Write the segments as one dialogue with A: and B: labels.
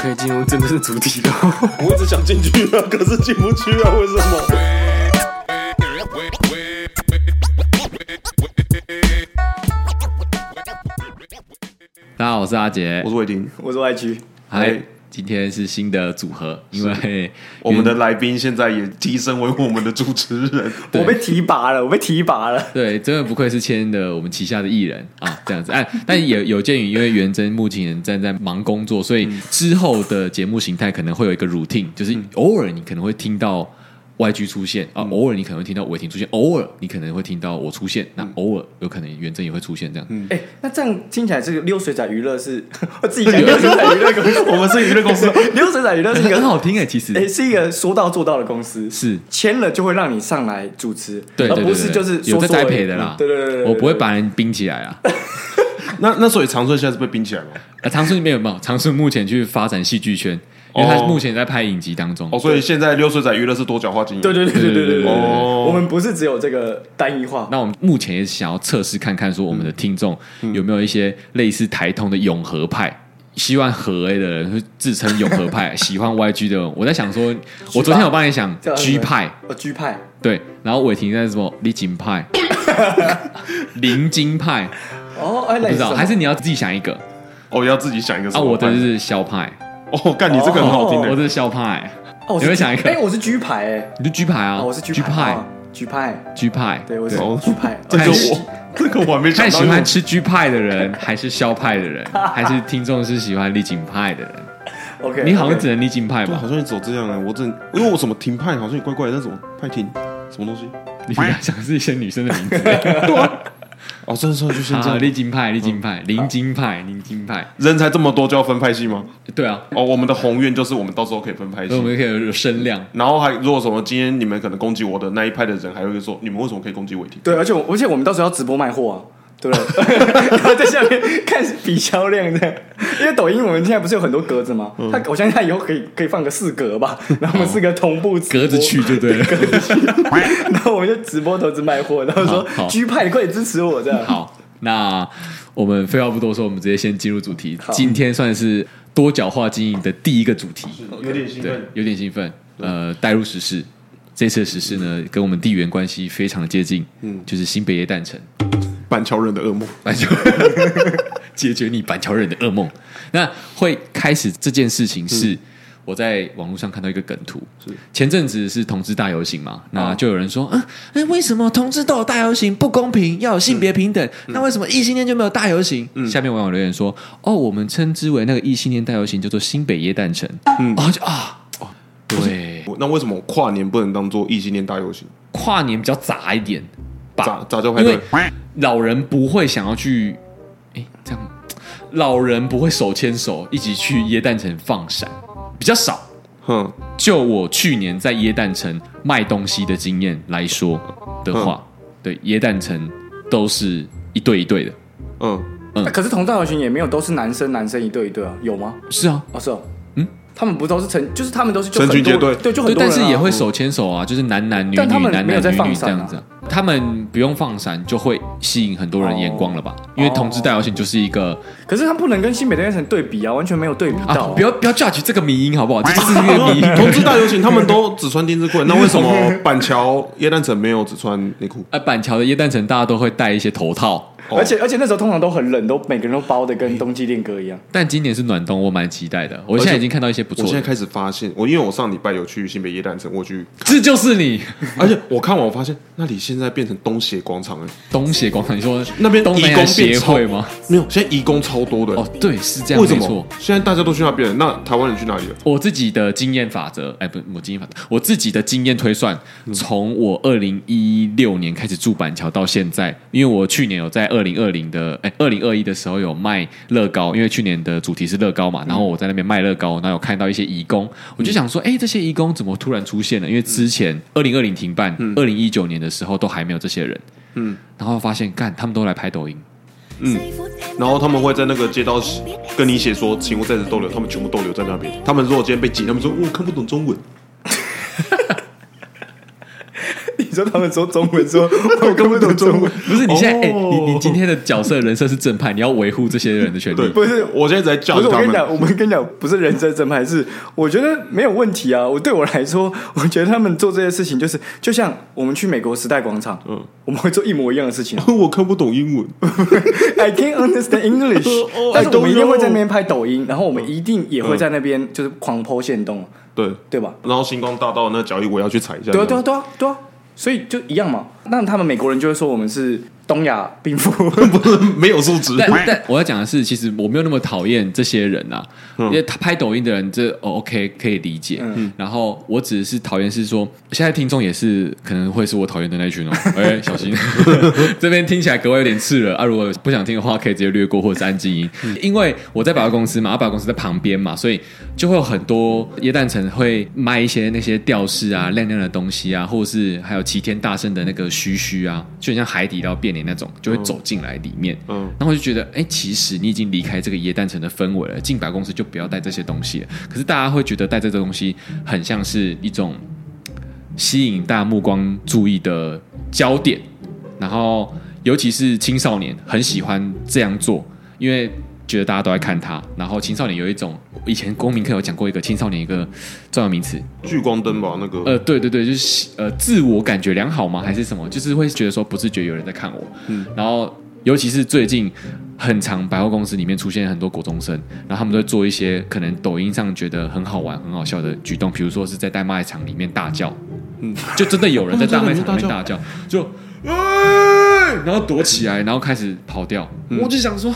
A: 可以进入真正的主题了。
B: 我一直想进去啊，可是进不去啊，为什么？
C: 大家好，我是阿杰
B: 我，是魏丁，
A: 我是哎 YG，
C: 嗨，今天是新的组合，因为
B: 我们的来宾现在也提升为我们的主持人，
C: 对
A: 我被提拔了，我被提拔了。
C: 对，真的不愧是签的我们旗下的艺人啊，这 样子。哎，但也有鉴于因为元真目前正在忙工作，所
A: 嗯
C: 以之后的节目形态可能会有一个 routine，就是偶尔你可能会听到 YG 出现
A: 嗯
C: 啊，偶尔你可能会听到伟霆出现，偶尔你可能会听到我出现，
A: 嗯
C: 那偶尔有可能元真也会出现这样。
A: 哎、那这样听起来，这个溜水仔娱乐是，我自己讲溜水仔娱乐公司，
B: 我们是娱乐公司，
A: 溜水仔娱乐是一
C: 很
A: 个，
C: 好听哎、其实、
A: 哎、是一个说到做到的公司，
C: 是
A: 签了就会让你上来主持，
C: 对对对
A: 而呃不是就是说
C: 有在
A: 说
C: 栽
A: 而已
C: 培的啦
A: 嗯，对对对对对
C: 我不会把人冰起来啊。
B: 那那所以长春现在是被冰起来吗？
C: 啊，长顺没有没有，长顺目前去发展戏剧圈，因为
A: 哦
C: 他目前在拍影集当中。
B: 哦，所以现在溜水仔娱乐是多角化经营，
A: 对对对对对对对对对
B: 哦
A: 我们不是只有这个单一化，
C: 那我们目前也是想要测试看看，说我
A: 嗯
C: 们的听众有没有一些类似台通的永和派。希望和 A 的人会自称永和派， 喜欢 YG 的人，我在想说，我昨天有帮你想
A: 这样
C: G 派，
A: 呃，G 派
C: 对，然后伟霆在什么李 锦派、林金派，
A: 哦，哎，
C: 不
A: 那
C: 知道，还
A: 是
C: 是你要自己想一个
B: 哦，要自己想一个什
C: 啊？
B: 么
C: 我的
B: 办
C: 就是肖派，
B: 哦，干你这个很好听
C: 我
B: 的，
C: 的是肖派，
A: 哦我是
C: 你会想一个
A: 哎，我是 G 牌哎，
C: 你就 G 牌啊，
A: 哦，我是 G 牌
C: 派
A: 哦，G 派，
C: ，G 派，
A: 对，我是
B: 对
A: G 派，
B: 这个
C: 看喜
B: 我 这个我 还没想
C: 看
B: 到
C: 喜欢
B: 用，
C: 吃居派的人，还是肖派的人，还是听众是喜欢丽景派的人？
A: OK，
C: 你好像
A: OK
C: 只能丽景派
B: 对，好
C: 吧？
B: 像你走这样啊，我真因为我什么停派好像也怪怪的，那什么派停什么东西？
C: 你不要想是一些女生的名字。
B: 哦，算了算了，就先这
C: 啊，
B: 样，
C: 丽景派、丽景派、林金派、林金派，
B: 人才这么多就要分派系吗？
C: 对啊，
B: 哦，我们的宏愿就是我们到时候可以分派
C: 所以我
B: 系。
C: 们可以有声量。
B: 然后还如果什么，今天你们可能攻击我的那一派的人，还会说你们为什么可以攻击伟霆？
A: 对，而且我而且我们到时候要直播卖货啊，对不对？ 然后在下 面看比销量这样，因为抖音我们现在不是有很多格子吗？
C: 嗯
A: 它我相信它以后可以可以放个四格吧，然后我们四个同步直播
C: 哦格子去，就对了。
A: 然后我们就直播投资卖货，然后
C: 好
A: 说
C: 好
A: 居派你快点支持我这样。
C: 好，那我们废话不多说，我们直接先进入主题。今天算是多角化经营的第一个主题。
B: 有点兴
C: 对，。 有点兴奋，呃，带入时事。这次的时事呢，跟我们地缘关系非常的接近，嗯，就是新北耶诞城，
B: 板桥人的噩梦，
C: 板桥 解决你板桥人的噩梦。那会开始这件事情是。我在网络上看到一个梗图，前阵子是同志大游行嘛，那就有人说，啊，哎，为什么同志都有大游行不公平，要有性别平等？那为什么异性恋就没有大游行？下面网友留言说，哦，我们称之为那个异性恋大游行叫做新北耶诞城，嗯，哦就啊，对，
B: 我那为什么跨年不能当做异性恋大游 行？
C: 跨年比较杂一点
B: 杂
C: 吧，
B: 杂交派
C: 因
B: 对
C: 为，老人不会想要去，哎，这样老人不会手牵手一起去耶诞城放闪，比较少。
B: 哼，
C: 就我去年在耶诞城卖东西的经验来说的话，
A: 嗯
C: 对耶诞城都是一对一对的，
B: 嗯，
A: 那可是同道群也没有都是男生男生一对一对啊，有吗？
C: 是啊，
A: 哦是哦，嗯，他们不都是成，就是他们都是就
B: 成
A: 很
B: 群
A: 多
B: 结队
A: 对，就很
C: 对，
A: 多
C: 但
A: 人啊。嗯
C: 是也会手牵手啊，就是男男女女、
A: 但他
C: 男
A: 们
C: 男
A: 没
C: 女
A: 有在放
C: 女这
A: 闪啊
C: 样子啊、他们不用放闪就会吸引很多人眼光了吧？
A: 哦
C: 因为同志大游行就是一个。
A: 可是他不能跟新北电城对比啊，完全没有对比到
C: 啊
A: 啊。，
C: 不要不要 judge 这个迷音好不好？这就是一个迷 音。
B: 同志大游行他们都只穿丁字裤，那 为什么板桥耶诞城没有只穿内裤？
C: 啊，板桥的耶诞城大家都会戴一些头套，
B: 哦
A: 而且而且那时候通常都很冷，都每个人都包的跟冬季恋歌一样。
C: 但今年是暖冬，我蛮期待的。我现在已经看到一些不
B: 我
C: 错
B: 现在
C: 的，
B: 开始发现，我因为我上礼拜有去新北耶诞城，我 去，
C: 这就是你
B: 而且我看完我发现那里现在变成东协广场了，
C: 东协广场，你说
B: 那边
C: 东
B: 移
C: 南亚
B: 工变
C: 协
B: 超
C: 会吗？？
B: 没有，现在移工超多的。
C: 哦，对，是这样，
B: 为什
C: 没
B: 么
C: 错。
B: 现在大家都去那边了？那台湾人去哪里了？
C: 我自己的经验法则，哎，不，我经验法则，我自己的经验推算，从我二零一六年开始住板桥到现在，因为我去年有在二零二零的，哎，二零二一的时候有卖乐高，因为去年的主题是乐高嘛，然后我在那边卖乐高，然后有看到一些义工，我就想说，哎，这些义工怎么突然出现了？因为之前二零二零停办，二零一九年的时候都还没有这些人，嗯，然后发现，干，他们都来拍抖音，
B: 嗯然后他们会在那个街道跟你写说，请勿在此逗留，他们全部逗留在那边。他们哦如果今天被挤，他们说我看不懂中文，
A: 你说他们说中文，说 我看不懂中文，
C: 不是你现在哎、
B: 哦
C: 你你今天的角色人设是正派，你要维护这些人的权
B: 对，
C: 利。
A: 不是
B: 我现在在教
A: 不是我
B: 他
A: 跟
B: 们
A: 你，讲，我们跟你讲，不是人生正派，是我觉得没有问题啊。我对我来说， 我觉得他们做这些事情，就是就像我们去美国时代广场，嗯，我们会做一模一样的事情啊。
B: 我 看不懂英文，
A: I can't understand English，
B: 哦
A: 但是
B: I don't
A: 我们一定
B: know
A: 会在那边拍抖音，然后我们一定也会在那边就是狂抛线动，
B: 对。
A: 对吧？
B: 然后星光大道那脚印我要去踩一下，
A: 对啊，对啊，对啊，对啊，所以就一样嘛。那他们美国人就会说我们是东亚病夫，
B: 不是没有素质，
C: 但 但我要讲的是，其实我没有那么讨厌这些人啊，因为他拍抖音的人，这哦 OK 可以理解。然后我只是讨厌是说，现在听众也是可能会是我讨厌的那一群哦。哎，小心， 这边听起来格外有点刺耳啊！如果不想听的话，可以直接略过或者是按静音。因为我在百货公司嘛，啊百货公司在旁边嘛，所以就会有很多椰蛋城会卖一些那些吊饰啊、亮亮的东西啊，或者是还有齐天大圣的那个须须啊，就很像海底捞变脸那种，就会走进来里面。
B: 嗯，
C: 然后我就觉得，哎，其实你已经离开这个椰蛋城的氛围了，进百货公司就不要带这些东西了。可是大家会觉得带这些东西很像是一种吸引大家目光注意的焦点，然后尤其是青少年很喜欢这样做，因为觉得大家都在看他。然后青少年有一种，以前公民课有讲过一个青少年一个重要名词，
B: 聚光灯吧，那个，
C: 呃，对对对，就是呃，自我感觉良好吗？还是什么？就是会觉得说不自觉有人在看我。嗯，然后尤其是最近很长百货公司里面出现很多国中生，然后他们都会做一些可能抖音上觉得很好玩、很好笑的举动，比如说是在大卖场里面大叫，嗯，就真的有人在大卖场里面大叫，就。哎然后躲起来，然后开始跑掉。我就想说，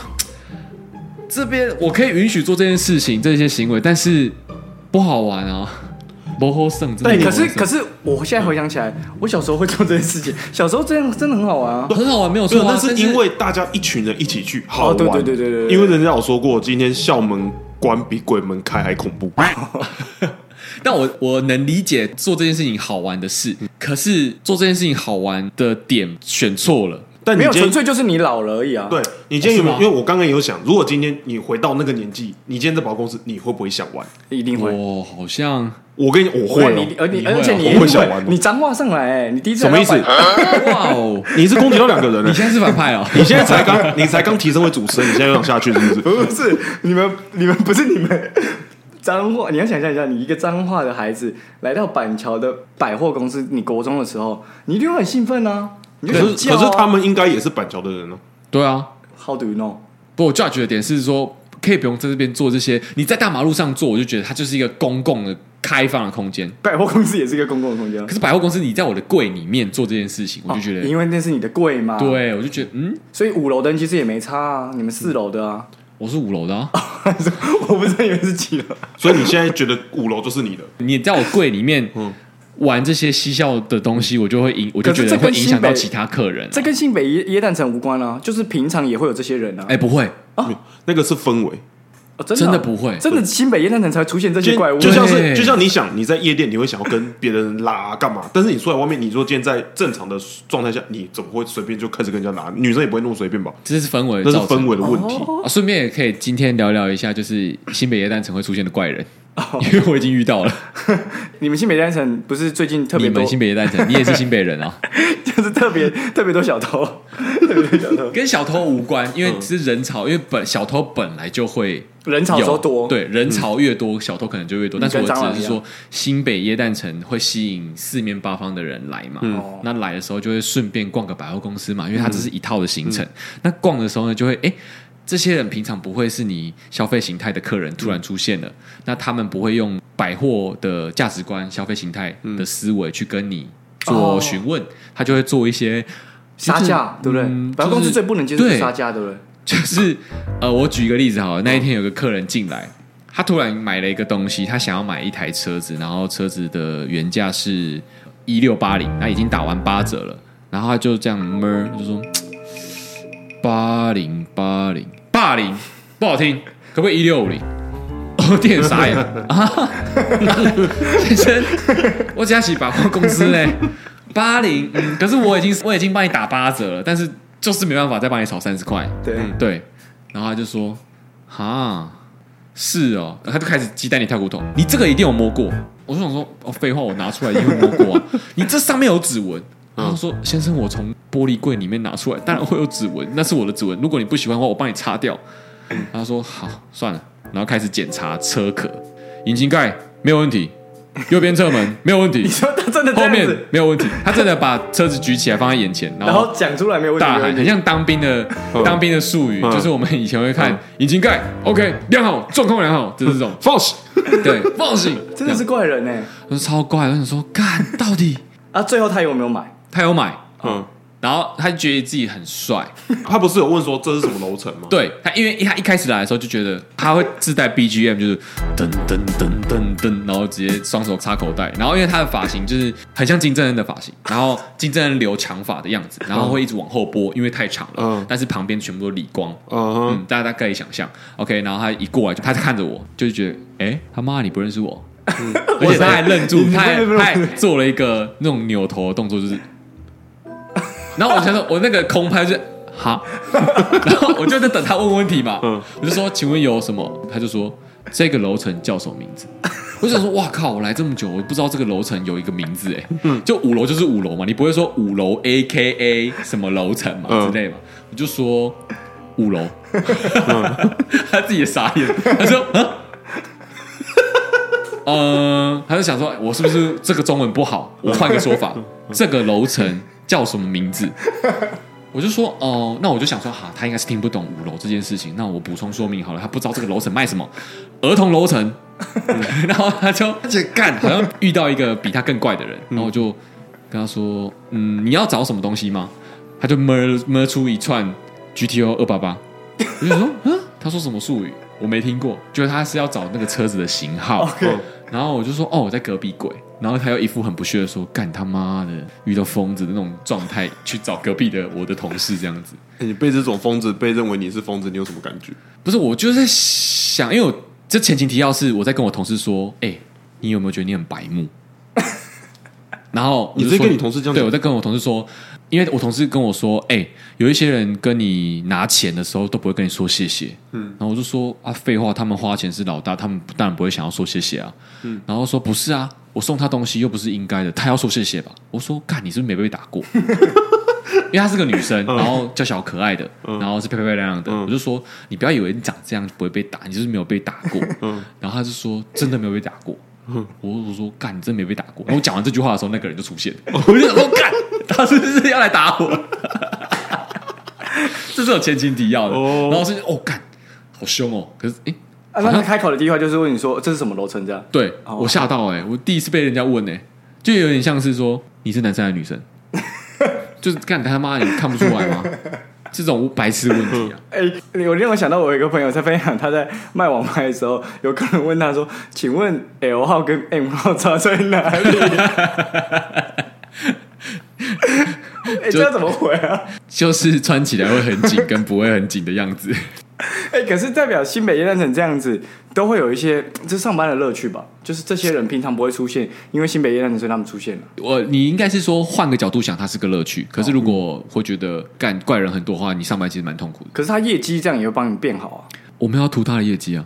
C: 这边我可以允许做这件事情、这些行为，但是不好玩啊，不好胜。真的
A: 对，
C: 不
A: 可
C: 好
A: 是
C: 胜
A: 可是我现在回想起来，我小时候会做这件事情， 小时候这样真的很好玩啊。
C: 很好玩，没有
B: 对
C: 错、，啊。
B: 但是因为大家一群人一起去，好玩。
A: 哦对对对对对对
B: 因为人家有说过，今天校门关比鬼门开还恐 怖。
C: 但我我能理解做这件事情好玩的事，可是做这件事情好玩的点选错了。
B: 但你
A: 没有
B: 今
A: 纯粹
B: 天，
A: 就是你老了而已啊。
B: 对你今天有没有？
C: 哦是吗
B: 因为我刚刚有想，如果今天你回到那个年纪，你今天在保公司，你会不会想玩？
A: 一定会。
C: 我好像
B: 我跟你，我会
A: 而
B: 哦
A: 你，而你
C: 你会啊
A: 而且你
B: 我会想玩的
A: 你脏话上来，哎你第一次
B: 什么意思
A: 来到？ 百
C: 哇哦，
B: 你是攻击到两个人
C: 你
B: 了。
C: 现在是反派哦。
B: 你现在才刚，你才刚提升为主持人，你现在又想下去是 不是？
A: 不是你们，你们不是你们。 彰化，你要想象一下，你一个彰化的孩子来到板桥的百货公司，你国中的时候，你一定会很兴奋啊！你就
B: 可
A: 想
B: 是
A: 叫、
B: 可
A: 啊、
B: 是他们应该也是板桥的人哦。
C: 对啊，
A: ，How do you know？
C: 不过我 judge 的点是说，可以不用在这边做这些。你在大马路上做，我就觉得它就是一个公共的开放的空间。
A: 百货公司也是一个公共的空间啊
C: 可，是百货公司，你在我的柜里面做这件事情，我就觉
A: 哦
C: 得，
A: 因为那是你的柜嘛，，
B: 啊
C: 对我就觉得，嗯，
A: 所以五楼的人其实也没差啊，你们四楼的 啊，
C: 我是五楼 的、啊，
A: 我不知道你们是几楼，
B: 所以你现在觉得五楼就是 你的，
C: 你在我柜里面玩这些嬉笑的东西，我就会影，我就觉得会影响到其他客人。啊
A: 这跟新北耶耶诞城无关啊，就是平常也会有这些人啊，
C: 哎，不会，
B: 那个是氛围。
A: 哦真的啊
C: 真的不会
A: 真的新北耶诞城才会出现这些
B: 就
A: 怪物，
B: 就像是
C: 对
B: 就像你想你在夜店，你会想要跟别人拉啊干嘛？但是你出来外面，你如果今天在正常的状态下，你怎么会随便就开始跟人家拉？女生也不会那么随便吧？
C: 这是氛围
B: 那是
C: 造成
B: 氛
C: 的。
B: 围的问题。
C: 啊，顺便也可以今天聊聊一下，就是新北耶诞城会出现的怪人，因为我已经遇到了。
A: 你们新北耶诞城不是最近特
C: 你
A: 别多
C: 们，新北耶诞城，你也是新北人啊，
A: 就是特别特别多小偷，特别多小偷，
C: 跟小偷无关，因为是人潮，因为本小偷本来就会
A: 嗯人潮的时候
C: 有
A: 多，，嗯
C: 对，人潮越多，小偷可能就越多。但是我
A: 跟蟑螂
C: 指的是
A: 一
C: 说，新北耶诞城会吸引四面八方的人来嘛？
A: 嗯
C: 哦那来的时候就会顺便逛个百货公司嘛，因为它这是一套的行程。
A: 嗯
C: 那逛的时候呢，就会哎。诶这些人平常不会是你消费形态的客人突
A: 嗯
C: 然出现了，那他们不会用百货的价值观、消费形态的思维去跟你做
A: 嗯哦
C: 询问，他就会做一些
A: 杀价，对
C: 就
A: 不
C: 是
A: 对
C: 嗯？
A: 百货公司最不能接受
C: 就是对
A: 杀价，对不对？
C: 就是呃，我举一个例子好了，那一天有个客人进来，他突然买了一个东西，他想要买一台车子，然后车子的原价是一六八零，那已经打完八折了，然后他就这样闷，就说八零八零八零不好听，可不可以一六零？ 我店员傻眼啊！ 先生，我加起百货公司嘞，八零，嗯，可是我已经我已经帮你打八折了，但是就是没办法再帮你少三十块，
A: 对，
C: 对，然后他就说：“哈，是哦。”他就开始鸡蛋里挑骨头，你这个一定有摸过。我就想说，哦，废话，我拿出来一定会摸过啊。你这上面有指纹，
A: 嗯
C: 然后说：“先生，我从玻璃柜里面拿出来，当然会有指纹，那是我的指纹。如果你不喜欢的话，我帮你擦掉。”他说：“好，算了。”然后开始检查车壳、引擎盖，没有问题；右边侧门没有问题
A: 你，说他真的这
C: 后
A: 样
C: 面
A: 子，
C: 没有问题。他真的把车子举起来放在眼前，然
A: 然
C: 后
A: 后讲出来没有问题，
C: 大
A: 没
C: 喊，
A: 问题
C: 很像当兵的
B: 嗯
C: 当兵的术语，
B: 嗯
C: 就是我们以前会看
B: 嗯，
C: 引擎盖，OK，良好，状况良好，就是这种
B: false，
C: 对，放心，
A: 真的是怪人呢。
C: 我说超怪，我想说，干到底
A: 啊，最后他有没有买？
C: 他有买，
B: 嗯，
C: 然后他就觉得自己很帅，
B: 他不是有问说这是什么楼层吗？
C: 对他，因为他一开始来的时候就觉得他会自带 BGM，就是噔噔噔噔噔，然后直接双手插口袋，然后因为他的发型就是很像金正恩的发型，然后金正恩留长发的样子，然后会一直往后拨，因为太长了
B: 嗯，
C: 但是旁边全部都理光，
B: 嗯哼，
C: 嗯，大家大家可以想象，OK，然后他一过来，他看着我，就觉得，哎、他妈你不认识我，而且他还愣住，他还他还做了一个那种扭头的动作，就是，然后我想说，我那个空拍就是哈， 然后我就在等他问问题嘛，
B: 嗯
C: 我就说，请问有什么？他就说这个楼层叫什么名字？我就想说，哇靠！我来这么久，我不知道这个楼层有一个名字哎，
B: 嗯
C: 就五楼就是五楼嘛，你不会说五楼 A K A 什么楼层嘛、
B: 嗯
C: 之类嘛？我就说五楼，他自己也傻眼，他说啊，嗯，他就想说，我是不是这个中文不好？我换个说法，
B: 嗯
C: 这个楼层叫什么名字？我就说哦、那我就想说，哈、他应该是听不懂五楼这件事情。那我补充说明好了，他不知道这个楼层卖什么，儿童楼 层。然后他就他就干，嗯好像遇到一个比他更怪的人，然后我就跟他说，嗯，你要找什么东西吗？他就摸摸出一串 GTO 二八八，我就说， 嗯，他说什么术语？我没听过，就是他是要找那个车子的型号。
B: 嗯
A: OK
C: 然后我就说，哦，我在隔壁柜。然后他又一副很不屑的说，干他妈的，遇到疯子的那种状态去找隔壁的我的同事这样子。
B: 欸你被这种疯子被认为你是疯子，你有什么感觉？
C: 不是，我就是在想，因为我这前情提要是我在跟我同事说，哎、你有没有觉得你很白 目？然后我就
B: 你在
C: 说
B: 跟你同事这样讲
C: 对我在跟我同事说，因为我同事跟我说，哎、有一些人跟你拿钱的时候都不会跟你说谢谢，嗯，然后我就说啊，废话，他们花钱是老大，他们当然不会想要说谢谢啊，嗯，然后说不是啊，我送他东西又不是应该的，他要说谢谢吧？我说，干，你是不是没被打过？因为她是个女生，然后叫小可爱的，然后是漂漂亮亮的，我就说你不要以为你长这样就不会被打，你就是没有被打过。 然后她就说真的没有被打过。我我说干，你真的没被打过。然后我讲完这句话的时候，那个人就出现了，我就想说干，他是不是要来打我？ 这是有前情提要的。
B: 哦
C: 然后是哦干，好凶哦。可是诶，
A: 啊，
C: 好
A: 那他
C: 像
A: 开口的第一句话就是问你说这是什么楼层这样？
C: 对、
A: 哦
C: 我吓到哎、我第一次被人家问哎、就有点像是说你是男生还是女生， 就是干他妈你看不出来吗？这种白痴问题啊，
A: 哎、我让我想到我有一个朋友在分享，他在卖网拍的时候，有客人问他说：“请问 L 号跟 M 号差在哪里？” 哎、这要怎么回啊？
C: 就是穿起来会很紧跟不会很紧的样子。
A: 哎、可是代表新北夜店成这样子，都会有一些这上班的乐趣吧？就是这些人平常不会出现，因为新北夜店城所以他们出现了。
C: 我你应该是说换个角度想，它是个乐趣。可是如果会觉得干怪人很多的话，你上班其实蛮痛苦的。
A: 可是他业绩这样也会帮你变好啊。
C: 我们要图他的业绩啊。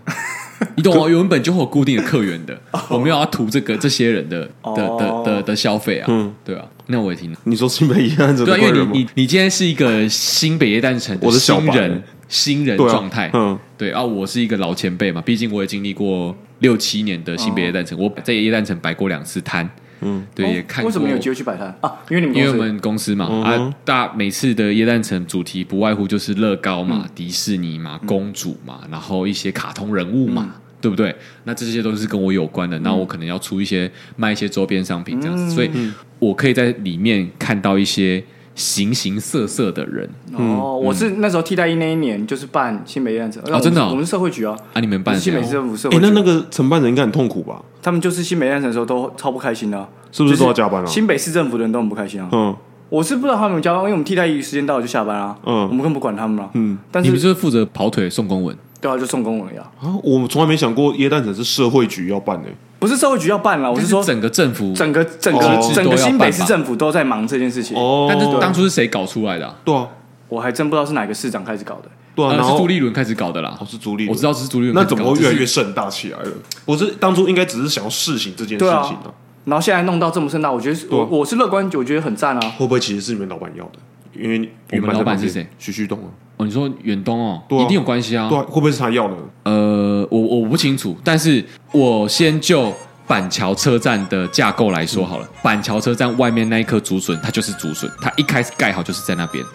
C: 你懂吗？原本就会有固定的客源的，我们要图这个这些人的的的的的消费啊，
B: 嗯
C: 对啊，那我也挺
B: 你说新北一案子的
C: 对、啊，因为
B: 怪人
C: 你
B: 吗？
C: 你你今天是一个新北耶诞城
B: 我是小
C: 新
B: 白
C: 人新人
B: 对啊
C: 状态，
B: 嗯
C: 对啊，我是一个老前辈嘛，毕竟我也经历过六七年的新北耶诞
B: 哦
C: 城，我在耶诞城摆过两次摊，嗯，对，
A: 哦
C: 也看过。
A: 为什么有机会去摆摊啊？因为你们公
C: 因为我
A: 司
C: 们公司嘛，
B: 嗯
C: 啊，大每次的耶诞城主题不外乎就是乐高嘛、迪士尼嘛、公主嘛，然后一些卡通人物嘛，对不对？那这些都是跟我有关的，那我可能要出一些卖一些周边商品这样子，所以我可以在里面看到一些形形色色的人
A: 哦，我是那时候替代役那一年就是办新北夜店城
C: 嗯哦真的哦
A: 我们是社会局啊，
C: 啊，你们办
A: 是
C: 的
A: 新北
C: 怎样
A: 市政府社
B: 哎
A: 会，
B: 那那
A: 局，啊
B: 个承办人应该很痛苦吧？
A: 他们就是新北夜店城的时候都超不开心的啊，
B: 是不是都要加班
A: 就
B: 啊
A: 是？新北市政府的人都很不开心啊。
B: 嗯，
A: 我是不知道他们有加班，因为我们替代役时间到了就下班啊，
B: 嗯
A: 我们更不管他们了。嗯，但
C: 你们
A: 是
C: 就是负责跑腿送公文，
A: 对啊，就送公文呀，
B: 啊，我从来没想过耶诞城是社会局要办的、
A: 不是社会局要办了，我
C: 但
A: 是
C: 是
A: 说
C: 整个政府，
A: 整个整
B: 哦
A: 个整
C: 都
A: 个
C: 要办
A: 新北市
C: 吧
A: 政府都在忙这件事情。
B: 哦，
C: 但是当初是谁搞出来的、啊？
B: 对啊，
A: 我还真不知道是哪个市长开始搞的。
B: 对啊，
C: 啊
B: 然
C: 是
B: 后
C: 朱立伦开始搞的啦
B: 哦，是朱立伦
C: 我知道是朱立伦
B: 那
C: 开始搞
B: 怎
C: 的，
B: 么会越来
C: 只
B: 越
C: 是
B: 盛大起来了？我是当初应该只是想要试行这件事
A: 对
B: 情
A: 啊
B: 啊，
A: 然后现在弄到这么盛大，我觉得我
B: 对啊
A: 我是乐观，我觉得很赞啊。
B: 会不会其实是你们老板要的？因为
C: 我们老板是谁？
B: 徐旭东啊，
C: 哦，你说远东哦，
B: 对啊
C: 一定有关系啊。
B: 对啊，会不会是他要的？
C: 呃，我我不清楚，但是我先就板桥车站的架构来说好了。板桥车站外面那一棵竹笋，它就是竹笋，它一开始盖好就是在那边，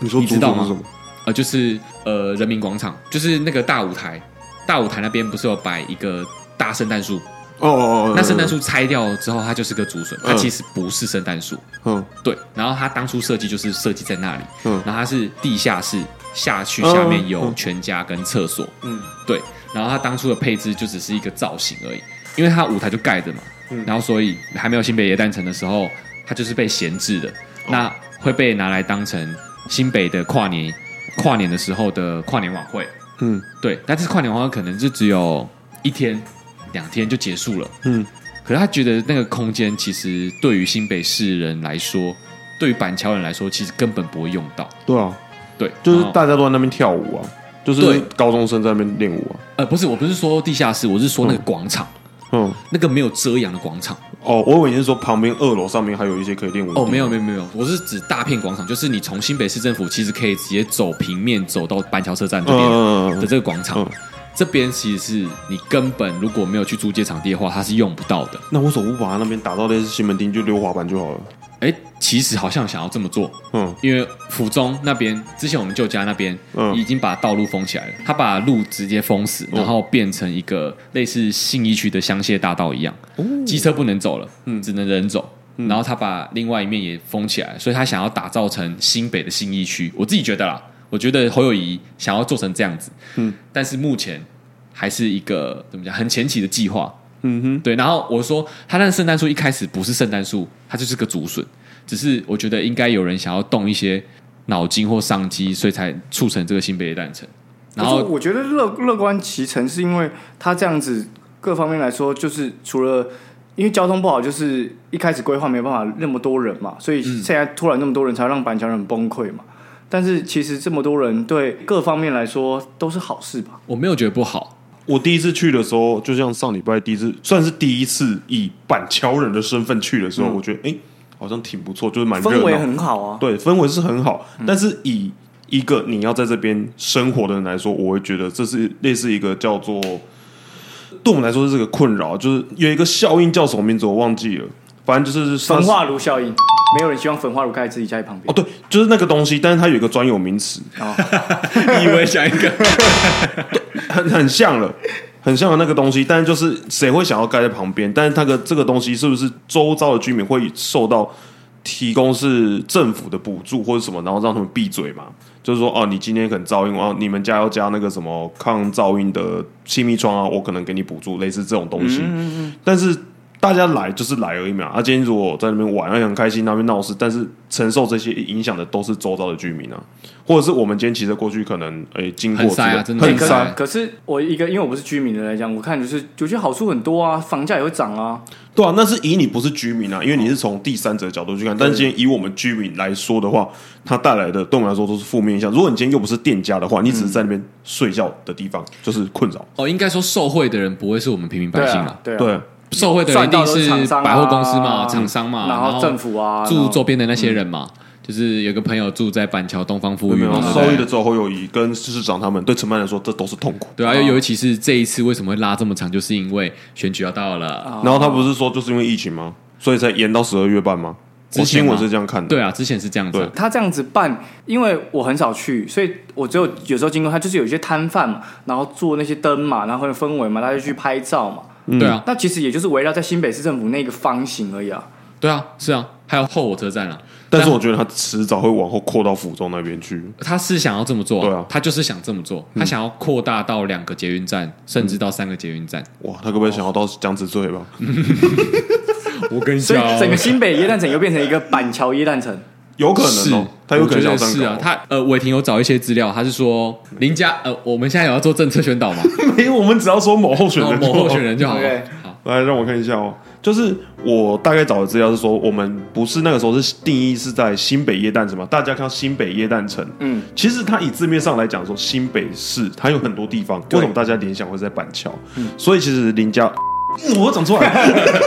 B: 你说
C: 你
B: 竹
C: 知道
B: 笋是
C: 吗
B: 什么？
C: 呃，就是呃人民广场，就是那个大舞台，大舞台那边不是有摆一个大圣诞树？
B: 哦哦哦，哦
C: 那圣诞，树拆掉之后，它就是个竹笋，它
B: 嗯
C: 其实不是圣诞树。
B: 嗯
C: 对，然后它当初设计就是设计在那里，
B: 嗯
C: 然后它是地下室，下去
B: 嗯
C: 下面有
B: 嗯
C: 全家跟厕所，
B: 嗯，
C: 对，然后它当初的配置就只是一个造型而已，因为它舞台就盖着嘛，
B: 嗯
C: 然后所以还没有新北耶诞城的时候，它就是被闲置的，
B: 哦
C: 那会被拿来当成新北的跨年跨年的时候的跨年晚会，
B: 嗯
C: 对，但是跨年晚会可能就只有一天两天就结束了。
B: 嗯，
C: 可是他觉得那个空间其实对于新北市人来说，对于板桥人来说，其实根本不会用到。
B: 对啊，
C: 对，
B: 就是
C: 然后
B: 大家都在那边跳舞啊，就是
C: 哦对
B: 高中生在那边练舞啊，
C: 呃，不是，我不是说地下室，我是说那个广场，
B: 嗯。
C: 那个没有遮阳的广场。
B: 哦，我以为你是说旁边二楼上面还有一些可以练舞的地
C: 哦，
B: 方
C: 没有，没有，没有，我是指大片广场，就是你从新北市政府其实可以直接走平面走到板桥车站这边
B: 嗯嗯
C: 的
B: 嗯
C: 这个广场
B: 嗯。
C: 这边其实是你根本如果没有去租借场地的话，它是用不到的。
B: 那我手不把它那边打到类似西门町，就溜滑板就好了。
C: 哎，其实好像想要这么做，
B: 嗯
C: 因为府中那边之前我们旧家那边，
B: 嗯
C: 已经把道路封起来了，他把路直接封死，然后变成一个类似信义区的香榭大道一样，机车不能走了，只能人走。然后他把另外一面也封起来，所以他想要打造成新北的信义区。我自己觉得啦，我觉得侯友谊想要做成这样子，嗯，但是目前还是一个怎么讲很前期的计划，
B: 嗯哼，
C: 对，然后我说他那个圣诞树一开始不是圣诞树，它就是个竹笋，只是我觉得应该有人想要动一些脑筋或商机，所以才促成这个新北的诞辰。然
A: 可是
C: 后
A: 我觉得乐乐观其成，是因为他这样子各方面来说，就是除了因为交通不好，就是一开始规划没办法那么多人嘛，所以现在突然那么多人，才让板桥人很崩溃嘛。但是其实这么多人对各方面来说都是好事吧？
C: 我没有觉得不好，
B: 我第一次去的时候，就像上礼拜第一次，算是第一次以板桥人的身份去的
C: 嗯
B: 时候，我觉得哎、诶好像挺不错，就是蛮热
A: 氛围
B: 闹。
A: 很好啊。
B: 对，氛围是很好，但是以一个你要在这边生活的人来说，我会觉得这是类似一个叫做，对我们来说是个困扰，就是有一个效应叫什么名字我忘记了，反正就是它
A: 焚
B: 是
A: 化炉效应，没有人希望焚化炉盖在自己家里旁边
B: 哦，。对，就是那个东西，但是它有一个专有名词，
C: 以为想一个，
B: 很很像了，很像了那个东西，但是就是谁会想要盖在旁边？但是那个这个东西是不是周遭的居民会受到提供是政府的补助或者什么，然后让他们闭嘴嘛？就是说，哦，你今天可能噪音，哦，你们家要加那个什么抗噪音的气密窗啊，我可能给你补助，类似这种东
C: 嗯
B: 西。但是大家来就是来而已嘛。啊，今天如果在那边玩，而且很开心，那边闹事，但是承受这些影响的都是周遭的居民啊，或者是我们今天骑车过去，可能诶、经过
C: 很塞啊
B: 这个
C: 真的
A: 对
B: 很
A: 可
C: 很
A: 是
B: 塞
C: 塞，
A: 可是我一个，因为我不是居民的来讲，我看就是我觉得好处很多啊，房价也会涨啊。
B: 对啊，那是以你不是居
C: 哦
B: 民啊，因为你是从第三者的角度去看。但是今天以我们居民来说的话，它带来的对我们来说都是负面影响。如果你今天又不是店家的话，你只是在那边睡觉的地
C: 嗯
B: 方，就是困扰。
C: 哦，应该说受贿的人不会是我们平民
A: 对
C: 百姓嘛
A: 啊，，对啊，
B: 对，
C: 受贿的人
A: 赚
C: 一
A: 到
C: 定
A: 都是厂商啊
C: 百货公司嘛、厂商嘛，
A: 然后政府啊，然
C: 住
A: 后
C: 周边的那些人嘛，就是有个朋友住在板桥东方富
B: 有
C: 裕
B: 没有
C: 嘛，对不啊
B: 受
C: 对
B: 益的只有侯友谊跟市长他们，对承办来说，这都是痛苦。
C: 对啊，尤其是这一次为什么会拉这么长，就是因为选举要到
A: 啊
C: 了。
B: 然后他不是说就是因为疫情吗？所以才延到十二月半吗？
C: 之
B: 我
C: 前
B: 新
C: 吗
B: 闻是这样看的。
C: 对啊，之前是这样子啊、
B: 对
A: 他这样子办，因为我很少去，所以我只有有时候经过他，就是有一些摊贩嘛，然后做那些灯嘛，然后有氛围嘛，他就去拍照嘛。
C: 对啊，
A: 那其实也就是围绕在新北市政府那个方形而已啊。
C: 对啊，是啊，还有后火车站啊。
B: 但是我觉得他迟早会往后扩到福州那边去。
C: 他是想要这么做，
B: 对啊嗯
C: 他就是想这么做，他想要扩大到两个捷运站，甚至到三个捷运 站。
B: 哇，他会不会想要到江子醉吧？
C: 我跟你
A: 所以
B: 哦
A: 整个新北耶诞城又变成一个板桥耶诞城，
B: 有可
C: 是
B: 能哦，他有可能想要
C: 我觉
B: 这
C: 得
B: 样
C: 是啊，
B: 搞
C: 他呃，伟霆有找一些资料，他是说林家呃，我们现在有要做政策宣导嘛，
B: 没有，我们只要说某候选
C: 然后
B: 人就好，
C: 哦某候选人就好了
A: OK。
C: 好，
B: 来，让我看一下哦。就是我大概找的资料是说，我们不是那个时候是定义是在新北耶诞城嘛？大家看到新北耶诞城，
A: 嗯，
B: 其实它以字面上来讲说，新北市它有很多地方，为什么大家联想会在板桥？所以其实林家嗯我又讲出来了，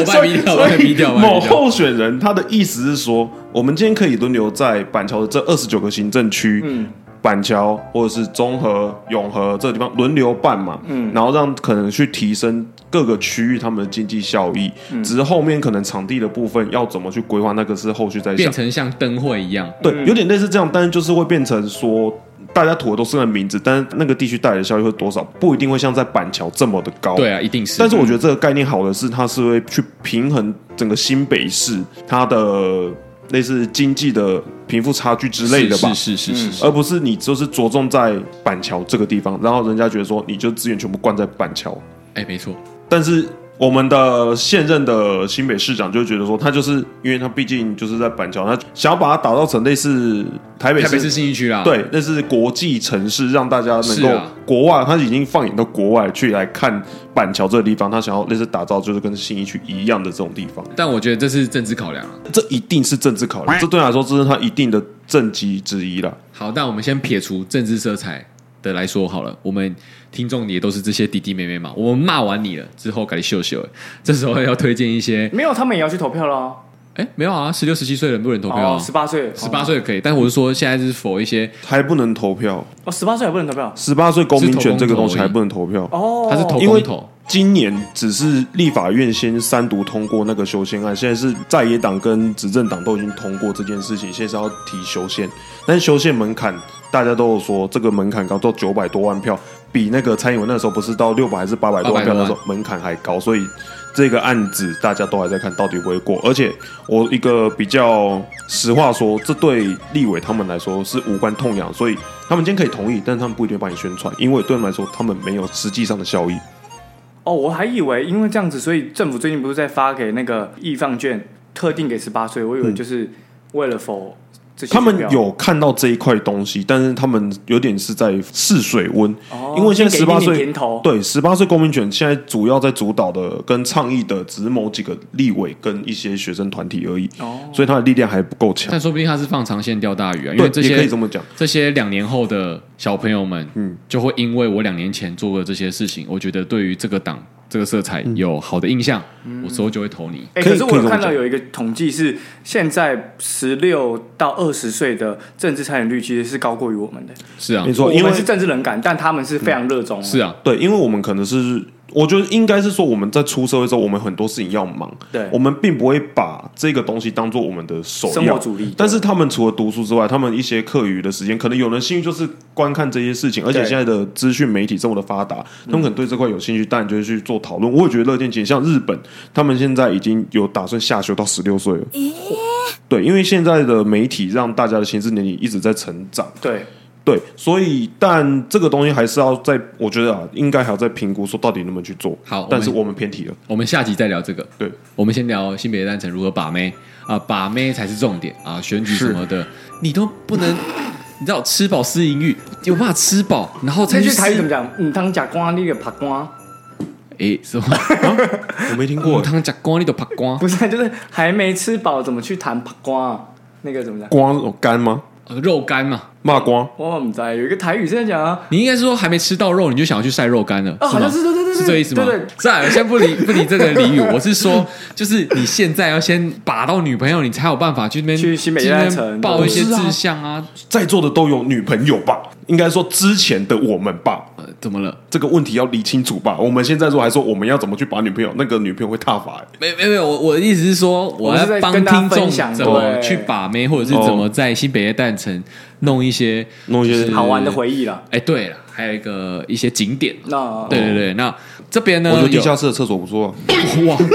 C: 我把 你逼掉，我把你逼掉，我把
B: 某
C: 你逼掉。
B: 候选人他的意思是说，我们今天可以轮流在板桥的这二十九个行政区，
A: 嗯
B: 板桥或者是中和、永和这个地方轮流办嘛，
A: 嗯
B: 然后让可能去提升各个区域他们的经济效益。
C: 嗯
B: 只是后面可能场地的部分要怎么去规划，那个是后续再想
C: 变。嗯成像灯会一样，
B: 对，有点类似这样，但是就是会变成说。大家涂的都是那个名字，但是那个地区带来的效益会多少，不一定会像在板桥这么的高。
C: 对啊，一定是。
B: 但是我觉得这个概念好的是，它是会去平衡整个新北市它的类似经济的贫富差距之类的吧，嗯
C: 是是是是是
B: 而不是你就是着重在板桥这个地方，然后人家觉得说你就资源全部灌在板桥，
C: 哎，没错，
B: 但是。我们的现任的新北市长就觉得说，他就是因为他毕竟就是在板桥，他想要把它打造成类似台北
C: 台北
B: 市
C: 市信义区啦，，
B: 对，那是国际城市，让大家能
C: 是
B: 够
C: 啊
B: 国外，他已经放眼到国外去来看板桥这个地方，他想要类似打造就是跟信义区一样的这种地方，
C: 但我觉得这是政治考量啊。
B: 这一定是政治考量，这对他来说这是他一定的政绩之一啦。
C: 好，但我们先撇除政治色彩的来说好了，我们听众也都是这些弟弟妹妹嘛。我们骂完你了之后，赶紧秀秀了，这时候要推荐一些，
A: 没有，他们也要去投票了。
C: 哎，没有啊，十六、十七岁人不能投票
A: 哦，
C: 啊，
A: 十八岁，
C: 十八岁可以，但我是说现在是否一些
B: 还不能投票，
A: 哦，十八岁也不能投票
B: 十八岁公民权这个东
C: 是
B: 西
C: 投公投而已
B: 还不能投票。
A: 哦。
C: 他是投
B: 因
C: 公
B: 为
C: 投，
B: 今年只是立法院先三读通过那个修宪案，现在是在野党跟执政党都已经通过这件事情，现在是要提修宪。但是修宪门槛大家都有说，这个门槛高到九百多万票，比那个蔡英文那时候不是到六百还是八百多万票
C: 800多万
B: 那时候门槛还高，所以这个案子大家都还在看到底会不会过。而且我一个比较实话说，这对立委他们来说是无关痛痒，所以他们今天可以同意，但他们不一定帮你宣传，因为对他们来说他们没有实际上的效益。
A: 哦，我还以为因为这样子，所以政府最近不是在发给那个易放券，特定给十八岁，我以为就是为了否这些
B: 嗯他们
A: 选票
B: 有看到这一块东西，但是他们有点是在试水温，
A: 哦
B: 因为现在
A: 先给一
B: 十八
A: 点
B: 岁
A: 甜头，
B: 对十八岁公民权现在主要在主导的跟倡议的只是某几个立委跟一些学生团体而已，
A: 哦，
B: 所以他的力量还不够强。
C: 但说不定他是放长线钓大鱼啊，因为这
B: 对，也可以
C: 些
B: 这么讲。
C: 这些两年后的小朋友们，嗯
B: 嗯，
C: 就会因为我两年前做过这些事情，我觉得对于这个党这个色彩
B: 嗯
C: 有好的印象，我之后就会投你。
A: 哎、
B: 可以
A: 可是
B: 可
A: 我
B: 以这么
A: 看到
B: 讲
A: 有一个统计是，现在十六到二十岁的政治参与率其实是高过于我们的。
C: 是啊
B: 没，错，
A: 我
B: 因为嗯
A: 们是政治冷感，但他们是非常热衷。
C: 是，啊，
B: 对，因为我们可能是，我觉得应该是说我们在出社会之后，我们很多事情要忙，
A: 对
B: 我们并不会把这个东西当做我们的首
A: 生
B: 要
A: 活主力
B: 但是他们除了读书之外，他们一些课余的时间，可能有人兴趣就是观看这些事情，而且
A: 对
B: 现在的资讯媒体这么的发达，他们可能对这块有兴趣，当然就会去做讨论。我也觉得乐见其成，像日本，他们现在已经有打算下修到十六岁了。对，因为现在的媒体让大家的心智年龄一直在成长。
A: 对，
B: 对，所以但这个东西还是要在，我觉得啊，应该还要再评估说到底能不能去做。
C: 好
B: 但是
C: 我们
B: 我们偏题了。
C: 我们下集再聊这个。
B: 对，
C: 我们先聊性别单程如何把妹啊，把妹才是重点啊，选举什
B: 是
C: 么的，你都不能， 你知道吃饱思淫欲，有办法吃饱，然后
A: 这
C: 才去
A: 句台语
C: 思
A: 怎么讲？嗯，汤假瓜，那个爬瓜，
C: 哎，什么？
B: 我没听
C: 我
B: 过
C: 汤讲光你都怕光，
A: 不是，啊就是还没吃饱，怎么去谈爬瓜、啊？那个怎么讲？
B: 光哦干吗？
C: 呃肉干嘛？
B: 骂光
A: 我们在有一个台语是在讲啊，
C: 你应该是说还没吃到肉，你就想要去晒肉干了，
A: 哦，好
C: 吗
A: 像？是对对对，
C: 是这个意思吗？
A: 对对，
C: 算了，先不理不理这个俚语， 我是说，就是你现在要先把到女朋友，你才有办法去那边
A: 去新北
C: 去那边
A: 夜城
C: 报一些
B: 不是啊
C: 志向啊。
B: 在座的都有女朋友吧？应该说之前的我们吧，
C: 呃，怎么了？
B: 这个问题要理清楚吧。我们现在说还说我们要怎么去把女朋友，那个女朋友会踏伐、欸
C: 没没没有，我我的意思是说，我要
A: 是在
C: 帮
A: 跟大家
C: 听众
A: 分享
C: 怎么
A: 对
C: 去把妹，或者是怎么在新北夜诞城弄一些
B: 哦弄一些
A: 好玩的回忆哦啦。
C: 哎，对了，还有一个一些景点。
A: 那
C: 对对对，那这边呢？
B: 我觉得
C: 有
B: 嗯地下室的厕所不错、啊，
C: 哇哇！